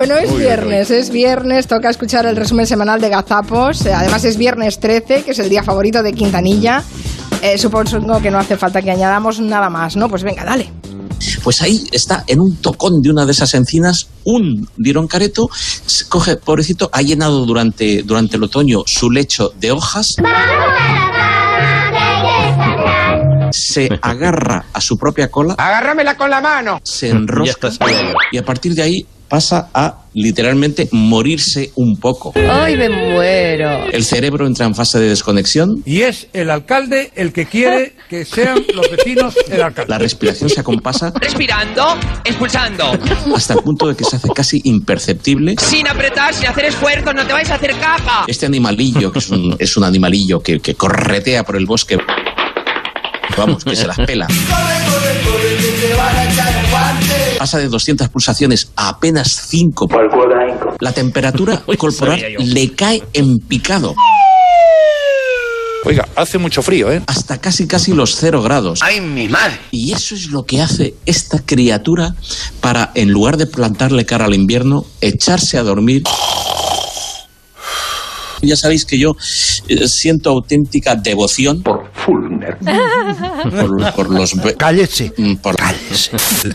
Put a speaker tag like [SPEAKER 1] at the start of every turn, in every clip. [SPEAKER 1] Bueno, es viernes, es viernes, toca escuchar el resumen semanal de Gazapos. Eh, Además es viernes 13, que es el día favorito de Quintanilla. Eh, supongo que no hace falta que añadamos nada más, ¿no? Pues venga, dale.
[SPEAKER 2] Pues ahí está, en un tocón de una de esas encinas, un dirón careto, se coge, pobrecito, ha llenado durante, durante el otoño su lecho de hojas. Se agarra a su propia cola,
[SPEAKER 3] Agárramela con la mano.
[SPEAKER 2] se enrosca y a partir de ahí pasa a literalmente morirse un poco.
[SPEAKER 4] ¡Ay, me muero!
[SPEAKER 2] El cerebro entra en fase de desconexión,
[SPEAKER 5] Y es el alcalde el que quiere que sean los vecinos el alcalde.
[SPEAKER 2] la respiración se acompasa
[SPEAKER 6] respirando, expulsando.
[SPEAKER 2] hasta el punto de que se hace casi imperceptible.
[SPEAKER 6] Sin apretar, sin hacer esfuerzos, no te vais a hacer caca.
[SPEAKER 2] Este animalillo, que es un, es un animalillo que, que corretea por el bosque, vamos, que se las pela. Pasa de 200 pulsaciones a apenas 5. La temperatura corporal le cae en picado
[SPEAKER 7] Oiga, hace mucho frío, ¿eh?
[SPEAKER 2] hasta casi casi los 0 grados.
[SPEAKER 3] ¡Ay, mi madre!
[SPEAKER 2] Y eso es lo que hace esta criatura para, en lugar de plantarle cara al invierno, echarse a dormir. Ya sabéis que yo eh, siento auténtica devoción por Fulner, por, por los ve-
[SPEAKER 5] Cállese.
[SPEAKER 2] mm, por-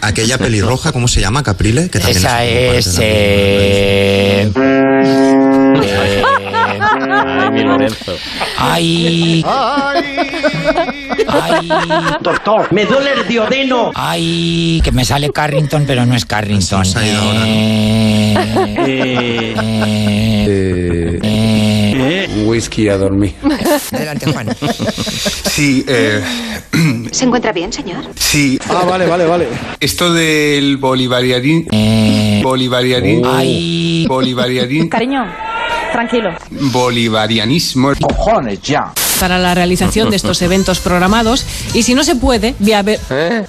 [SPEAKER 8] Aquella pelirroja, ¿cómo se llama? Caprile, que también
[SPEAKER 4] Esa
[SPEAKER 8] es.
[SPEAKER 4] es... eh, eh, ¡Ay! ¡Ay!
[SPEAKER 3] Doctor, me duele el diodeno.
[SPEAKER 4] ¡Ay! Que me sale Carrington, pero no es Carrington.
[SPEAKER 8] Nos ha ido ahora, ¿no?
[SPEAKER 4] Eh, eh, eh.
[SPEAKER 5] Whisky a dormir.
[SPEAKER 4] Adelante, Juan.
[SPEAKER 9] Sí, eh,
[SPEAKER 10] ¿Se encuentra bien, señor?
[SPEAKER 9] sí.
[SPEAKER 5] Ah, vale, vale, vale.
[SPEAKER 9] Esto del bolivarianín,
[SPEAKER 7] Uh.
[SPEAKER 9] bolivarianín,
[SPEAKER 4] ¡Ay!
[SPEAKER 9] bolivarianín,
[SPEAKER 10] Cariño, tranquilo.
[SPEAKER 9] bolivarianismo.
[SPEAKER 3] Cojones ya.
[SPEAKER 10] Para la realización de estos eventos programados y si no se puede, vía, ve-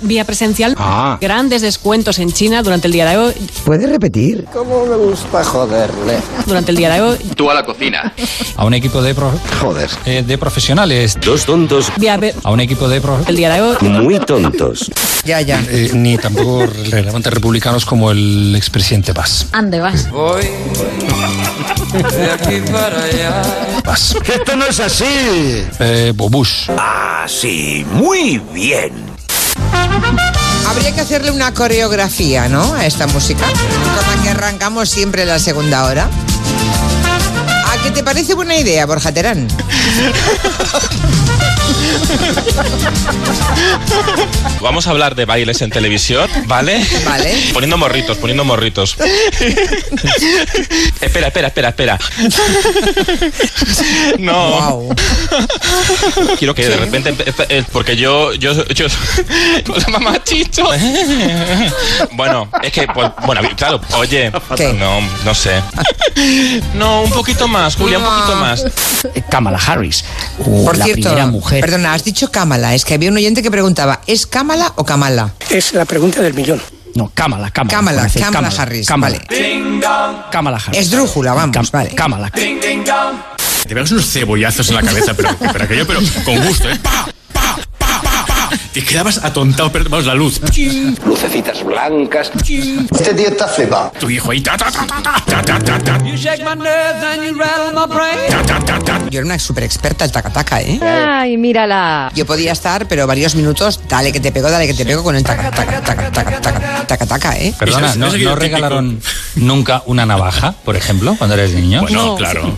[SPEAKER 10] vía presencial,
[SPEAKER 3] Ah.
[SPEAKER 10] grandes descuentos en China durante el día de hoy.
[SPEAKER 4] ¿Puedes repetir?
[SPEAKER 3] ¿Cómo me gusta joderle?
[SPEAKER 10] Durante el día de hoy,
[SPEAKER 6] Tú a la cocina.
[SPEAKER 4] A un equipo de,
[SPEAKER 3] Joder.
[SPEAKER 4] de profesionales.
[SPEAKER 7] Dos tontos
[SPEAKER 10] vía ve-
[SPEAKER 4] A un equipo de
[SPEAKER 10] el día de hoy.
[SPEAKER 7] muy tontos.
[SPEAKER 4] Ya, ya.
[SPEAKER 8] Eh, ni tampoco relevantes republicanos como el expresidente Paz.
[SPEAKER 10] ¿Ande vas?
[SPEAKER 3] Voy de aquí para allá.
[SPEAKER 7] ¡Esto no es así!
[SPEAKER 8] Bobush.
[SPEAKER 7] Así, muy bien.
[SPEAKER 1] Habría que hacerle una coreografía, ¿no? A esta música. Como que arrancamos siempre la segunda hora. ¿A qué te parece buena idea, Borja Terán?
[SPEAKER 7] Vamos a hablar de bailes en televisión, ¿vale?
[SPEAKER 1] Vale.
[SPEAKER 7] Poniendo morritos, poniendo morritos. espera, espera, espera, espera. no. Quiero que de repente empe- empe- eh, porque yo yo yo Hola, mamá chicho. bueno, es que pues, bueno, claro, oye,
[SPEAKER 1] ¿Qué?
[SPEAKER 7] no no sé. no, un poquito más, Julia, un poquito más.
[SPEAKER 4] Kamala Harris. uh,
[SPEAKER 1] Por
[SPEAKER 4] la
[SPEAKER 1] cierto,
[SPEAKER 4] primera mujer.
[SPEAKER 1] perdona, has dicho Kamala. Es que había un oyente que preguntaba, ¿es Kamala o Kamala?
[SPEAKER 4] No, Kamala, Kamala.
[SPEAKER 1] Kamala,
[SPEAKER 4] Con C,
[SPEAKER 1] Kamala Harris,
[SPEAKER 4] Kamala.
[SPEAKER 1] vale.
[SPEAKER 4] Kamala Harris.
[SPEAKER 1] Esdrújula, vamos,
[SPEAKER 4] Kam-
[SPEAKER 1] vale.
[SPEAKER 4] Kamala.
[SPEAKER 8] Te veas unos cebollazos en la cabeza, pero, pero aquello, pero con gusto, ¿eh? ¡Pa! ¡Pa! ¡Pa! ¡Pa! Te quedabas atontado, pero vamos, la luz.
[SPEAKER 3] Lucecitas blancas. Este tío está flipado.
[SPEAKER 8] Tu hijo ahí. ta, ta, ta, ta, ta, ta, ta, ta, ta, ta, ta, ta.
[SPEAKER 1] Yo era una super experta al tacataca, ¿eh?
[SPEAKER 4] Ay, mírala.
[SPEAKER 1] Yo podía estar, pero varios minutos, dale que te pego, dale que te pego con el taca, taca, taca, taca, taca, taca, taca, ¿eh?
[SPEAKER 7] Perdona, ¿no- no regalaron
[SPEAKER 4] nunca una navaja, por ejemplo, cuando eres niño?
[SPEAKER 7] Bueno, claro.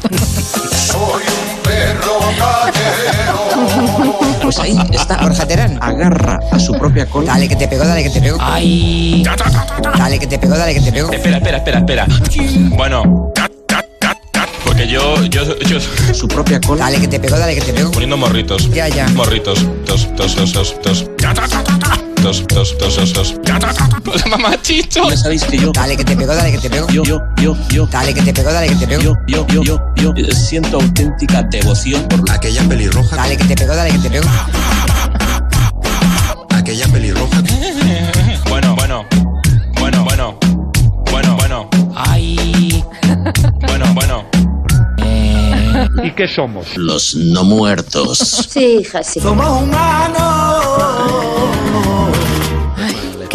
[SPEAKER 2] pues ahí está.
[SPEAKER 1] Borja Terán.
[SPEAKER 2] Agarra a su propia cola.
[SPEAKER 1] Dale que te pego, dale que te pego,
[SPEAKER 4] Ay.
[SPEAKER 7] Ta, ta, ta, ta, ta.
[SPEAKER 1] dale que te pego, dale que te pego.
[SPEAKER 7] Espera, espera, espera, espera. Bueno, ta, ta, ta, ta, porque yo, yo, yo,
[SPEAKER 2] Su propia cola.
[SPEAKER 1] Dale que te pego, dale que te pego.
[SPEAKER 7] poniendo morritos.
[SPEAKER 1] Ya, ya.
[SPEAKER 7] Morritos. Tos, tos, tos, tos, tos. Ta, ta, ta, ta, ta. Tos, tos, tos, tos, tos. Ta, ta, ta, ta. Hola, mamá, chicho.
[SPEAKER 2] Ya sabéis que yo,
[SPEAKER 1] Dale que te pego, dale que te pego.
[SPEAKER 2] yo, yo, yo, yo,
[SPEAKER 1] Dale que te pego, dale que te
[SPEAKER 2] yo,
[SPEAKER 1] pego.
[SPEAKER 2] yo, yo, yo, yo, eh, siento auténtica devoción por
[SPEAKER 8] Aquella pelirroja.
[SPEAKER 1] Dale que te pego, dale que te pego.
[SPEAKER 8] Aquella pelirroja.
[SPEAKER 7] Bueno, bueno, bueno, bueno, bueno, bueno,
[SPEAKER 4] Ay.
[SPEAKER 7] bueno, bueno.
[SPEAKER 2] los no muertos.
[SPEAKER 10] Sí, hija, sí.
[SPEAKER 3] Somos humanos.